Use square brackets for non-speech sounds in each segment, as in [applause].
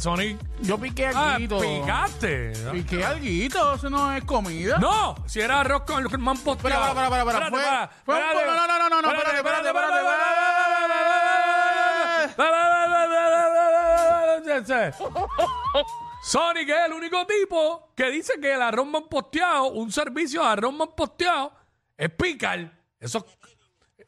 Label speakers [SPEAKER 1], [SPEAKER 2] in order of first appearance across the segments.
[SPEAKER 1] Sonic.
[SPEAKER 2] Yo piqué
[SPEAKER 1] Ah,
[SPEAKER 2] alguito.
[SPEAKER 1] picaste.
[SPEAKER 2] piqué alguito, eso no es comida.
[SPEAKER 1] No, si era arroz con el man
[SPEAKER 2] Espera,
[SPEAKER 1] posteado.
[SPEAKER 2] espera, espera, espera.
[SPEAKER 1] Espérate,
[SPEAKER 2] Fue-
[SPEAKER 1] para,
[SPEAKER 2] fue un
[SPEAKER 1] espérate.
[SPEAKER 2] po- no, no, no, no, no, espérate, espérate, espérate,
[SPEAKER 1] Sonic es el único tipo que dice que el arroz manposteado, un servicio de arroz manposteado, es picar. Eso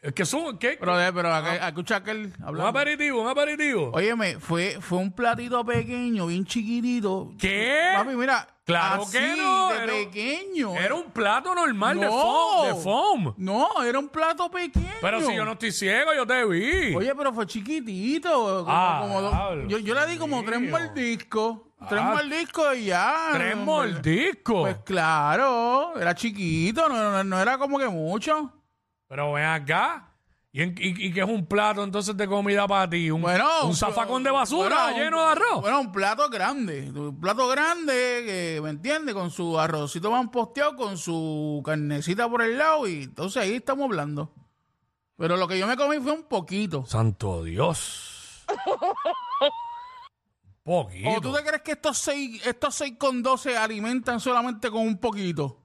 [SPEAKER 1] es que son ¿qué?
[SPEAKER 2] Pero, de- pero
[SPEAKER 1] Ah.
[SPEAKER 2] aquel- escucha aquel
[SPEAKER 1] un
[SPEAKER 2] hablando.
[SPEAKER 1] aperitivo, un aperitivo.
[SPEAKER 2] Óyeme, fue, fue un platito pequeño, bien chiquitito.
[SPEAKER 1] ¿Qué?
[SPEAKER 2] Papi, mira.
[SPEAKER 1] Claro
[SPEAKER 2] así
[SPEAKER 1] que no,
[SPEAKER 2] De
[SPEAKER 1] era un-
[SPEAKER 2] pequeño.
[SPEAKER 1] Era un plato normal de foam, de foam.
[SPEAKER 2] No, era un plato pequeño.
[SPEAKER 1] Pero si yo no estoy ciego, yo te vi.
[SPEAKER 2] Oye, pero fue chiquitito. Como,
[SPEAKER 1] Ah,
[SPEAKER 2] como dos-
[SPEAKER 1] diablo,
[SPEAKER 2] yo, yo le di como tres
[SPEAKER 1] mío.
[SPEAKER 2] mordiscos. Tres
[SPEAKER 1] Ah,
[SPEAKER 2] mordiscos y ya.
[SPEAKER 1] Tres
[SPEAKER 2] No,
[SPEAKER 1] mordiscos.
[SPEAKER 2] Pues claro, era chiquito, no, no- no era como que mucho.
[SPEAKER 1] Pero ven acá. ¿Y, en- y- y qué es un plato entonces de comida para ti? Un,
[SPEAKER 2] Bueno,
[SPEAKER 1] un zafacón de basura
[SPEAKER 2] bueno, un-
[SPEAKER 1] lleno de arroz.
[SPEAKER 2] Bueno, un plato grande, un plato grande, que, ¿me entiendes? Con su arrocito van posteado, con su carnecita por el lado y entonces ahí estamos hablando. Pero lo que yo me comí fue un poquito.
[SPEAKER 1] Santo Dios. Un Poquito.
[SPEAKER 2] ¿O Oh, tú te crees que estos seis, estos seis con dos se alimentan solamente con un poquito?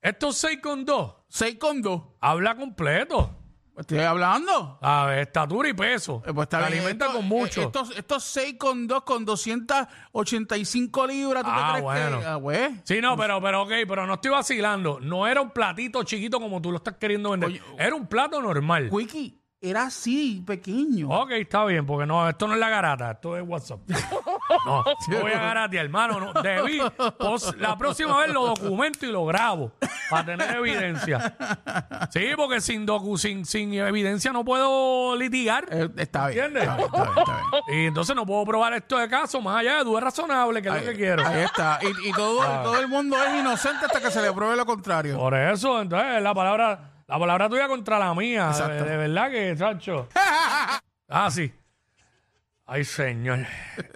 [SPEAKER 1] Estos seis con dos.
[SPEAKER 2] ¿Seis con dos?
[SPEAKER 1] Habla completo.
[SPEAKER 2] Estoy hablando.
[SPEAKER 1] A ver, estatura y peso.
[SPEAKER 2] Eh, pues está
[SPEAKER 1] Te
[SPEAKER 2] bien.
[SPEAKER 1] alimenta
[SPEAKER 2] Esto-
[SPEAKER 1] con
[SPEAKER 2] eh,
[SPEAKER 1] mucho.
[SPEAKER 2] Estos, estos 6 con 2 con 285 libras, ¿tú
[SPEAKER 1] Ah,
[SPEAKER 2] te crees que...?
[SPEAKER 1] bueno.
[SPEAKER 2] Ah, güey.
[SPEAKER 1] Sí, no, pero, pero ok, pero no estoy vacilando. No era un platito chiquito como tú lo estás queriendo vender.
[SPEAKER 2] Oye,
[SPEAKER 1] era un plato normal.
[SPEAKER 2] Wiki, era así, pequeño.
[SPEAKER 1] Ok, está bien, porque no, esto no es la garata, esto es WhatsApp. No, no voy a garatear, hermano. No, debí, pos- la próxima vez lo documento y lo grabo para tener evidencia. Sí, porque sin, docu, sin, sin evidencia no puedo litigar.
[SPEAKER 2] Eh, está, bien,
[SPEAKER 1] ¿Entiendes?
[SPEAKER 2] está bien, está bien, está bien.
[SPEAKER 1] [laughs] Y entonces no puedo probar esto de caso más allá de dudas razonables, que es lo que quiero. Ah.
[SPEAKER 2] Ahí está. Y, y todo, todo el mundo es inocente hasta que se le pruebe lo contrario.
[SPEAKER 1] Por eso, entonces, la palabra, la palabra tuya contra la mía. De,
[SPEAKER 2] Exacto.
[SPEAKER 1] de verdad que, chacho. Ah, sí. Ay, señor.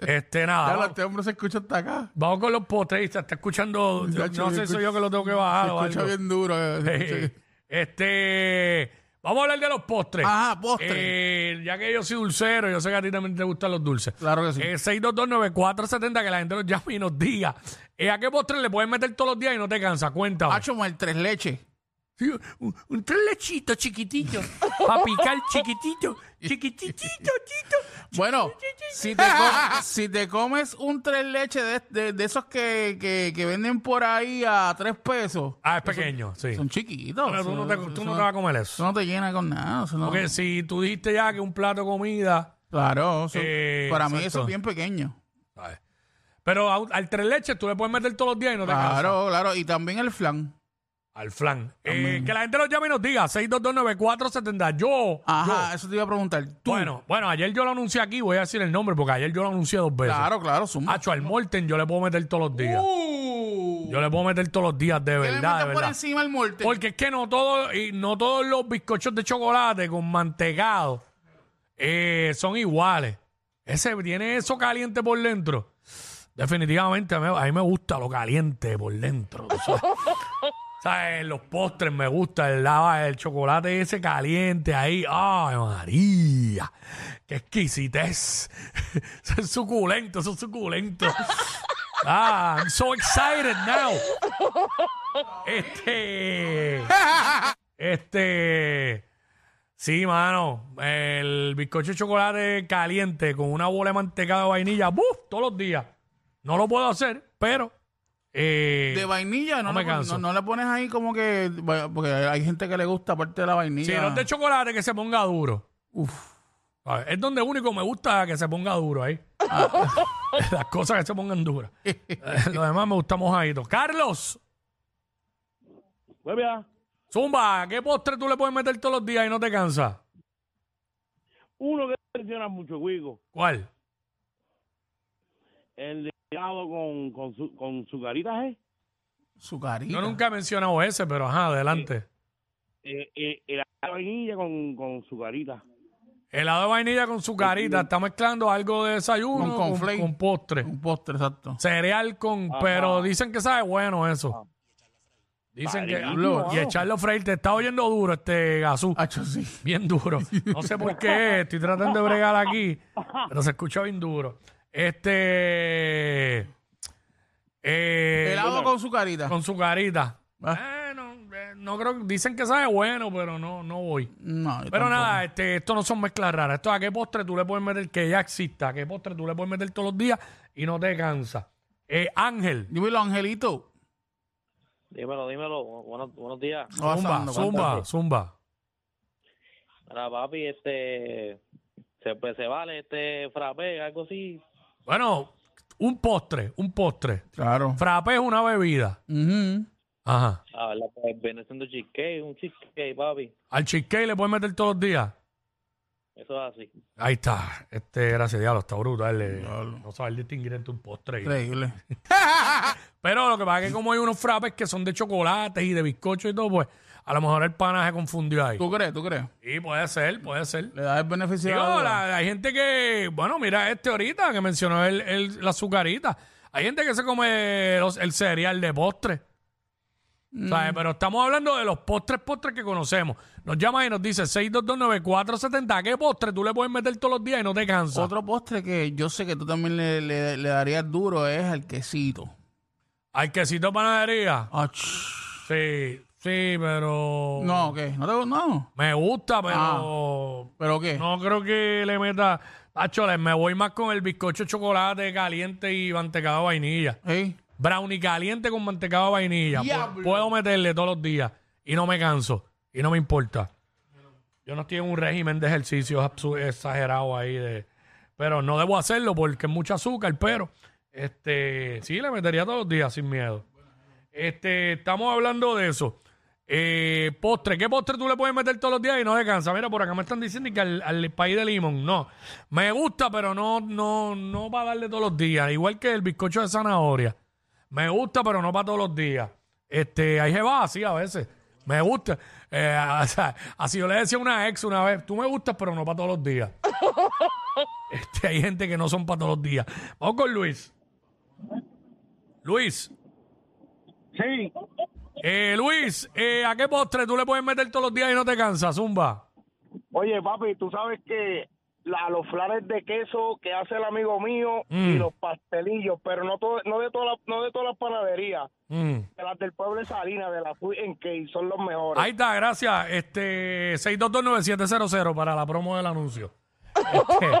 [SPEAKER 1] Este, nada.
[SPEAKER 2] Claro,
[SPEAKER 1] vamos-
[SPEAKER 2] este hombre se escucha hasta acá.
[SPEAKER 1] Vamos con los potes, está escuchando.
[SPEAKER 2] Ya,
[SPEAKER 1] No
[SPEAKER 2] chico,
[SPEAKER 1] sé si soy
[SPEAKER 2] escucha-
[SPEAKER 1] yo que lo tengo que bajar.
[SPEAKER 2] Se
[SPEAKER 1] o
[SPEAKER 2] escucha
[SPEAKER 1] algo.
[SPEAKER 2] bien duro. eh, se
[SPEAKER 1] [laughs]
[SPEAKER 2] escucha bien.
[SPEAKER 1] Este. Vamos a hablar de los postres.
[SPEAKER 2] Ajá, postre.
[SPEAKER 1] Eh, ya que yo soy dulcero, yo sé que a ti también te gustan los dulces.
[SPEAKER 2] Claro que sí.
[SPEAKER 1] Eh, 6229470, que la gente nos llame y nos diga. eh, ¿A qué postre le puedes meter todos los días y no te cansa? Cuéntame.
[SPEAKER 2] Hacho, como el tres leches.
[SPEAKER 1] Sí, un, un tres lechitos
[SPEAKER 2] [laughs]
[SPEAKER 1] chiquitito. Para picar chiquitito. Chiquititito, tito.
[SPEAKER 2] Bueno, si
[SPEAKER 1] [laughs]
[SPEAKER 2] te, com- si te comes un tres leches de, de- de esos que, que- que venden por ahí a tres pesos,
[SPEAKER 1] Ah, es pequeño, sí.
[SPEAKER 2] son chiquitos.
[SPEAKER 1] Pero tú no te,
[SPEAKER 2] eso-
[SPEAKER 1] tú
[SPEAKER 2] eso
[SPEAKER 1] no te vas a comer eso.
[SPEAKER 2] eso no te llena con nada. eso no-
[SPEAKER 1] Porque si tú dijiste ya que un plato de comida.
[SPEAKER 2] Claro, eso-
[SPEAKER 1] Eh,
[SPEAKER 2] para mí
[SPEAKER 1] exacto.
[SPEAKER 2] eso es bien pequeño.
[SPEAKER 1] ¿sabes? Pero a un- al tres leches tú le puedes meter todos los días y no te cansas.
[SPEAKER 2] Claro, claro. Y también el flan.
[SPEAKER 1] Al flan. Eh, que la gente nos llame y nos diga 6229470. Yo.
[SPEAKER 2] Ajá,
[SPEAKER 1] yo.
[SPEAKER 2] eso te iba a preguntar. Tú.
[SPEAKER 1] Bueno, bueno, ayer yo lo anuncié aquí, voy a decir el nombre porque ayer yo lo anuncié dos veces.
[SPEAKER 2] claro, claro, suma.
[SPEAKER 1] Hacho, al Morten yo le puedo meter todos los días.
[SPEAKER 2] Uh,
[SPEAKER 1] Yo le puedo meter todos los días, de
[SPEAKER 2] que le
[SPEAKER 1] verdad, de
[SPEAKER 2] metan por
[SPEAKER 1] verdad.
[SPEAKER 2] encima el morte.
[SPEAKER 1] Porque es que no todos, y no todos los bizcochos de chocolate con mantecado eh, son iguales. Ese tiene eso caliente por dentro. Definitivamente a mí, a mí me gusta lo caliente por dentro. tú sabes. [laughs] ¿Sabes? Los postres me gusta, el lava, el chocolate ese caliente ahí. ¡Ay, María! ¡Qué exquisitez! [laughs] Son suculentos, son suculentos. Ah, I'm so excited now.
[SPEAKER 2] [laughs]
[SPEAKER 1] Este. Este. Sí, mano. El bizcocho de chocolate caliente con una bola de manteca de vainilla. ¡Buf! Todos los días. No lo puedo hacer, pero. eh,
[SPEAKER 2] de vainilla,
[SPEAKER 1] no
[SPEAKER 2] no,
[SPEAKER 1] me
[SPEAKER 2] le, pon-
[SPEAKER 1] canso.
[SPEAKER 2] no- no le pones ahí como que. bueno, Porque hay gente que le gusta aparte de la vainilla.
[SPEAKER 1] si no es de chocolate, que se ponga duro.
[SPEAKER 2] Uf.
[SPEAKER 1] A ver, es donde único me gusta que se ponga duro ahí. Ah, [laughs] Las cosas que se pongan duras. Eh, Lo demás me gusta mojadito. Carlos,
[SPEAKER 3] Vuelve a
[SPEAKER 1] Zumba, ¿qué postre tú le puedes meter todos los días y no te cansa?
[SPEAKER 3] uno que menciona mucho, Guigo.
[SPEAKER 1] ¿Cuál?
[SPEAKER 3] El de helado con, con, su, con su carita, ¿eh?
[SPEAKER 2] Su carita.
[SPEAKER 1] Yo nunca he mencionado ese, pero ajá, adelante.
[SPEAKER 3] Eh, eh, el helado de vainilla con, con su carita.
[SPEAKER 1] Helado de vainilla con su carita. Está mezclando algo de desayuno
[SPEAKER 2] Con
[SPEAKER 1] con,
[SPEAKER 2] conflay.
[SPEAKER 1] con postre.
[SPEAKER 2] Un postre, exacto.
[SPEAKER 1] Cereal con... Pero dicen que sabe bueno eso. Dicen que.
[SPEAKER 3] Padrísimo,
[SPEAKER 1] Y el
[SPEAKER 3] vamos.
[SPEAKER 1] Charles Freire te está oyendo duro este gasú.
[SPEAKER 2] Hacho, sí.
[SPEAKER 1] Bien duro. No sé por qué. Estoy tratando de bregar aquí. Pero se escucha bien duro. Este. eh,
[SPEAKER 2] Pelado con su carita.
[SPEAKER 1] con su carita.
[SPEAKER 2] Ah.
[SPEAKER 1] Eh, no, eh, no creo. Dicen que sabe bueno, pero no, no voy.
[SPEAKER 2] No,
[SPEAKER 1] Pero
[SPEAKER 2] yo Pues tampoco.
[SPEAKER 1] nada, este, esto no son mezclas raras. Esto a qué postre tú le puedes meter que ya exista. A qué postre tú le puedes meter todos los días y no te cansa. Eh, Ángel.
[SPEAKER 2] Dímelo, Angelito.
[SPEAKER 4] Dímelo, dímelo. Bu- Buenos, buenos días.
[SPEAKER 2] No vas
[SPEAKER 1] Zumba,
[SPEAKER 2] andando,
[SPEAKER 1] zumba,
[SPEAKER 2] cuéntate.
[SPEAKER 1] zumba.
[SPEAKER 4] Mira, papi, este. Se, pues, se vale este frappé, algo así.
[SPEAKER 1] Bueno, un postre, un postre.
[SPEAKER 2] Claro.
[SPEAKER 1] Frappé es una bebida.
[SPEAKER 2] Ujú.
[SPEAKER 1] Ajá.
[SPEAKER 4] La verdad, pues, viene siendo cheesecake, un cheesecake, papi.
[SPEAKER 1] Al cheesecake le puedes meter todos los días.
[SPEAKER 4] Eso es así.
[SPEAKER 1] Ahí está. Este, gracias, diablo, está brutal. eh.
[SPEAKER 2] Diablo.
[SPEAKER 1] No saber distinguir entre un postre. y-
[SPEAKER 2] Increíble.
[SPEAKER 1] Pero lo que pasa es que como hay unos frappes que son de chocolates y de bizcocho y todo, pues a lo mejor el pana se confundió ahí.
[SPEAKER 2] ¿Tú crees? ¿Tú crees?
[SPEAKER 1] Y puede ser, puede ser.
[SPEAKER 2] Le das el beneficio de la
[SPEAKER 1] Digo,
[SPEAKER 2] duda.
[SPEAKER 1] la- hay gente que, bueno, mira este ahorita que mencionó el, el- la azucarita. Hay gente que se come los- el cereal de postre. ¿Sabes? Pero estamos hablando de los postres, postres que conocemos. Nos llama y nos dice 6229470. ¿Qué postre tú le puedes meter todos los días y no te cansas?
[SPEAKER 2] Otro postre que yo sé que tú también le, le- le darías duro es el quesito.
[SPEAKER 1] Hay quesito panadería.
[SPEAKER 2] Ach.
[SPEAKER 1] Sí, sí, pero.
[SPEAKER 2] No, ¿qué? No, te, no.
[SPEAKER 1] Me gusta, pero.
[SPEAKER 2] ¿Pero qué?
[SPEAKER 1] No creo que le meta. Acholes, me voy más con el bizcocho de chocolate caliente y mantecado de vainilla.
[SPEAKER 2] ¿Sí?
[SPEAKER 1] Brownie caliente con mantecado de vainilla. Pu-
[SPEAKER 2] Diablo.
[SPEAKER 1] Puedo meterle todos los días y no me canso y no me importa. Yo no estoy en un régimen de ejercicios absu- exagerado ahí de pero no debo hacerlo porque es mucho azúcar, pero este sí le metería todos los días sin miedo. Este, estamos hablando de eso. Eh, postre, ¿qué postre tú le puedes meter todos los días y no te cansa? Mira, por acá me están diciendo que al, al país de limón, no. Me gusta, pero no, no, no para darle todos los días. Igual que el bizcocho de zanahoria. Me gusta, pero no para todos los días. Este, hay jeva así a veces. Me gusta. Eh, [laughs] o sea, así yo le decía a una ex una vez, tú me gustas, pero no para todos los días. este, hay gente que no son para todos los días. Vamos con Luis. Luis.
[SPEAKER 3] Sí,
[SPEAKER 1] Eh, Luis, eh, ¿a qué postre tú le puedes meter todos los días y no te cansas, Zumba?
[SPEAKER 3] oye papi, tú sabes que la, los flares de queso que hace el amigo mío y
[SPEAKER 1] Mm.
[SPEAKER 3] los pastelillos, pero no todo, no de todas las- no de todas las panaderías,
[SPEAKER 1] Mm.
[SPEAKER 3] de las del pueblo de Salinas, de la Sweet and Cake, son los mejores.
[SPEAKER 1] Ahí está, gracias. Este 6229700 para la promo del anuncio. Este,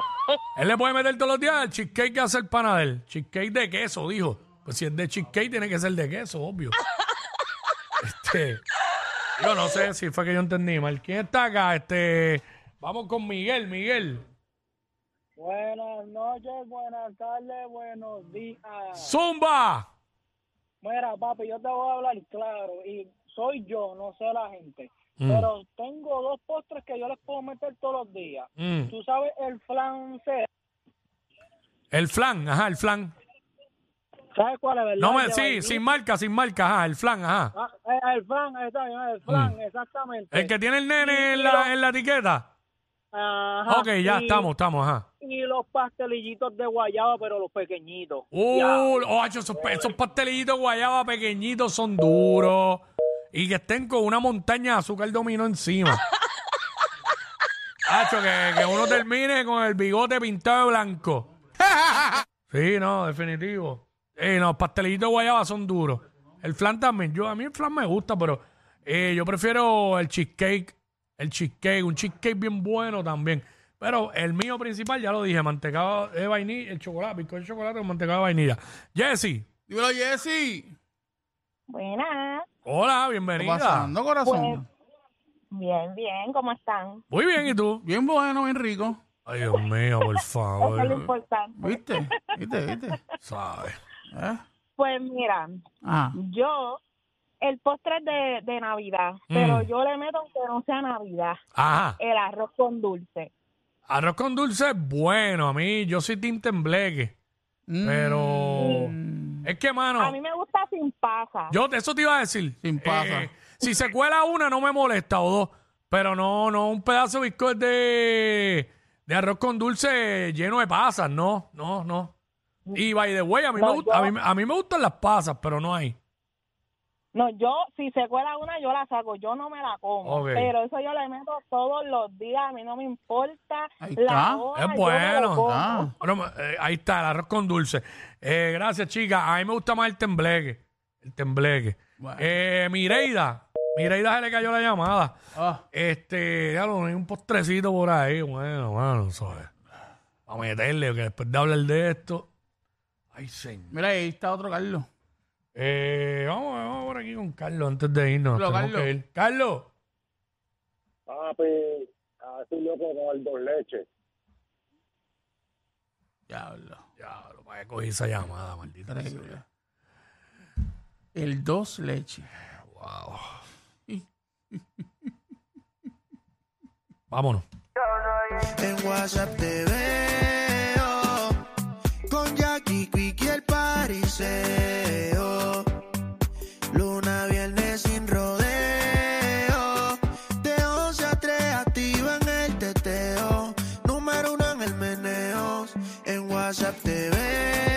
[SPEAKER 1] él le puede meter todos los días el cheesecake que hace el panadel. Cheesecake de queso, dijo. Pues si es de cheesecake, tiene que ser de queso, obvio. Este, yo no sé si fue que yo entendí mal. ¿Quién está acá? Este, vamos con Miguel, Miguel.
[SPEAKER 5] Buenas noches, buenas tardes, buenos días.
[SPEAKER 1] ¡Zumba!
[SPEAKER 5] Mira, papi, yo te voy a hablar claro y soy yo, no sé la gente.
[SPEAKER 1] Mm.
[SPEAKER 5] Pero tengo dos postres que yo les puedo meter todos los días.
[SPEAKER 1] Mm.
[SPEAKER 5] Tú sabes el flan, se-
[SPEAKER 1] El flan, ajá, el flan.
[SPEAKER 5] ¿sabes cuál es, verdad?
[SPEAKER 1] No
[SPEAKER 5] El
[SPEAKER 1] me,
[SPEAKER 5] de
[SPEAKER 1] sí,
[SPEAKER 5] vainilla.
[SPEAKER 1] sin marca, sin marca, ajá, el flan, ajá.
[SPEAKER 5] Ah, eh, el flan, está bien, el flan, exactamente.
[SPEAKER 1] El Mm. que tiene el nene en la, en la etiqueta.
[SPEAKER 5] Ajá,
[SPEAKER 1] Ok, ya
[SPEAKER 5] y-
[SPEAKER 1] estamos, estamos, ajá.
[SPEAKER 5] Y los pastelillitos de guayaba, pero los pequeñitos.
[SPEAKER 1] Uh, oh, hacho, esos, pe- esos pastelillitos de guayaba pequeñitos son duros. Y que estén con una montaña de azúcar dominó encima. Hacho, que, que uno termine con el bigote pintado de blanco. Sí, no, definitivo. Eh, no, los pastelitos de guayaba son duros. El flan también. Yo, a mí el flan me gusta, pero eh, yo prefiero el cheesecake. El cheesecake, un cheesecake bien bueno también. Pero el mío principal, ya lo dije, mantecado de vainilla, el chocolate, bizcocho de chocolate con mantecado de vainilla. Jessy,
[SPEAKER 2] Dímelo, Jessy.
[SPEAKER 6] Buenas,
[SPEAKER 1] hola,
[SPEAKER 2] ¿Qué
[SPEAKER 1] bienvenida.
[SPEAKER 2] pasando, corazón?
[SPEAKER 6] bien, bien, ¿cómo están?
[SPEAKER 1] Muy bien, ¿y tú?
[SPEAKER 2] Bien bueno, bien rico.
[SPEAKER 1] Ay, Dios mío, por
[SPEAKER 6] [laughs] Eso es lo
[SPEAKER 1] favor.
[SPEAKER 6] importante.
[SPEAKER 2] ¿Viste? ¿Viste? ¿Viste?
[SPEAKER 1] ¿Sabes?
[SPEAKER 2] ¿Eh?
[SPEAKER 6] Pues mira,
[SPEAKER 2] Ajá.
[SPEAKER 6] yo, el postre es de, de Navidad,
[SPEAKER 1] Mm.
[SPEAKER 6] pero yo le meto aunque no sea Navidad,
[SPEAKER 1] Ajá.
[SPEAKER 6] el arroz con dulce.
[SPEAKER 1] Arroz con dulce es bueno. A mí, yo soy Tim Tembleque.
[SPEAKER 2] Mm.
[SPEAKER 1] Pero. Es que, mano.
[SPEAKER 6] Mm. A mí me gusta sin pasa.
[SPEAKER 1] Yo de eso te iba a decir. Eh,
[SPEAKER 2] Sin pasa.
[SPEAKER 1] si se cuela una, no me molesta o dos. Pero no, no, un pedazo de bizcocho de, de arroz con dulce lleno de pasas. No, no, no. Y by the way, a mí, me, gusta- a mí, a mí me gustan las pasas, pero no hay.
[SPEAKER 6] No, yo, si se cuela una, yo la saco, yo no me la como.
[SPEAKER 1] Ok.
[SPEAKER 6] Pero eso yo le meto todos los días, a mí no me importa.
[SPEAKER 2] Ahí
[SPEAKER 6] la
[SPEAKER 2] está,
[SPEAKER 6] hora, yo
[SPEAKER 1] Es
[SPEAKER 6] me lo
[SPEAKER 1] bueno.
[SPEAKER 6] como.
[SPEAKER 2] Ah.
[SPEAKER 1] Bueno, eh, ahí está, el arroz con dulce. Eh, gracias, chica. A mí me gusta más el tembleque. El tembleque.
[SPEAKER 2] Bueno.
[SPEAKER 1] Eh, Mireida. Mireida se le cayó la llamada.
[SPEAKER 2] Ah,
[SPEAKER 1] Este, ya lo hay un postrecito por ahí. Bueno, bueno, ¿sabes? Vamos a meterle, que después de hablar de esto. Ay, señor.
[SPEAKER 2] mira, ahí está otro Carlos.
[SPEAKER 1] Eh, vamos, vamos por aquí con Carlos antes de irnos.
[SPEAKER 2] Pero,
[SPEAKER 1] Tenemos
[SPEAKER 2] Carlos.
[SPEAKER 1] que ir. Carlos.
[SPEAKER 3] Papi, así loco con el dos leches.
[SPEAKER 2] Diablo.
[SPEAKER 1] Ya, lo para que cogí esa llamada, maldita.
[SPEAKER 2] Increíble. El dos leche.
[SPEAKER 1] Wow. Vámonos.
[SPEAKER 7] En WhatsApp te veo con Jackie, Quick y el Pariseo. Luna, viernes sin rodeo. De 11 a 3 activa en el teteo. Número uno en el meneo. En WhatsApp te veo.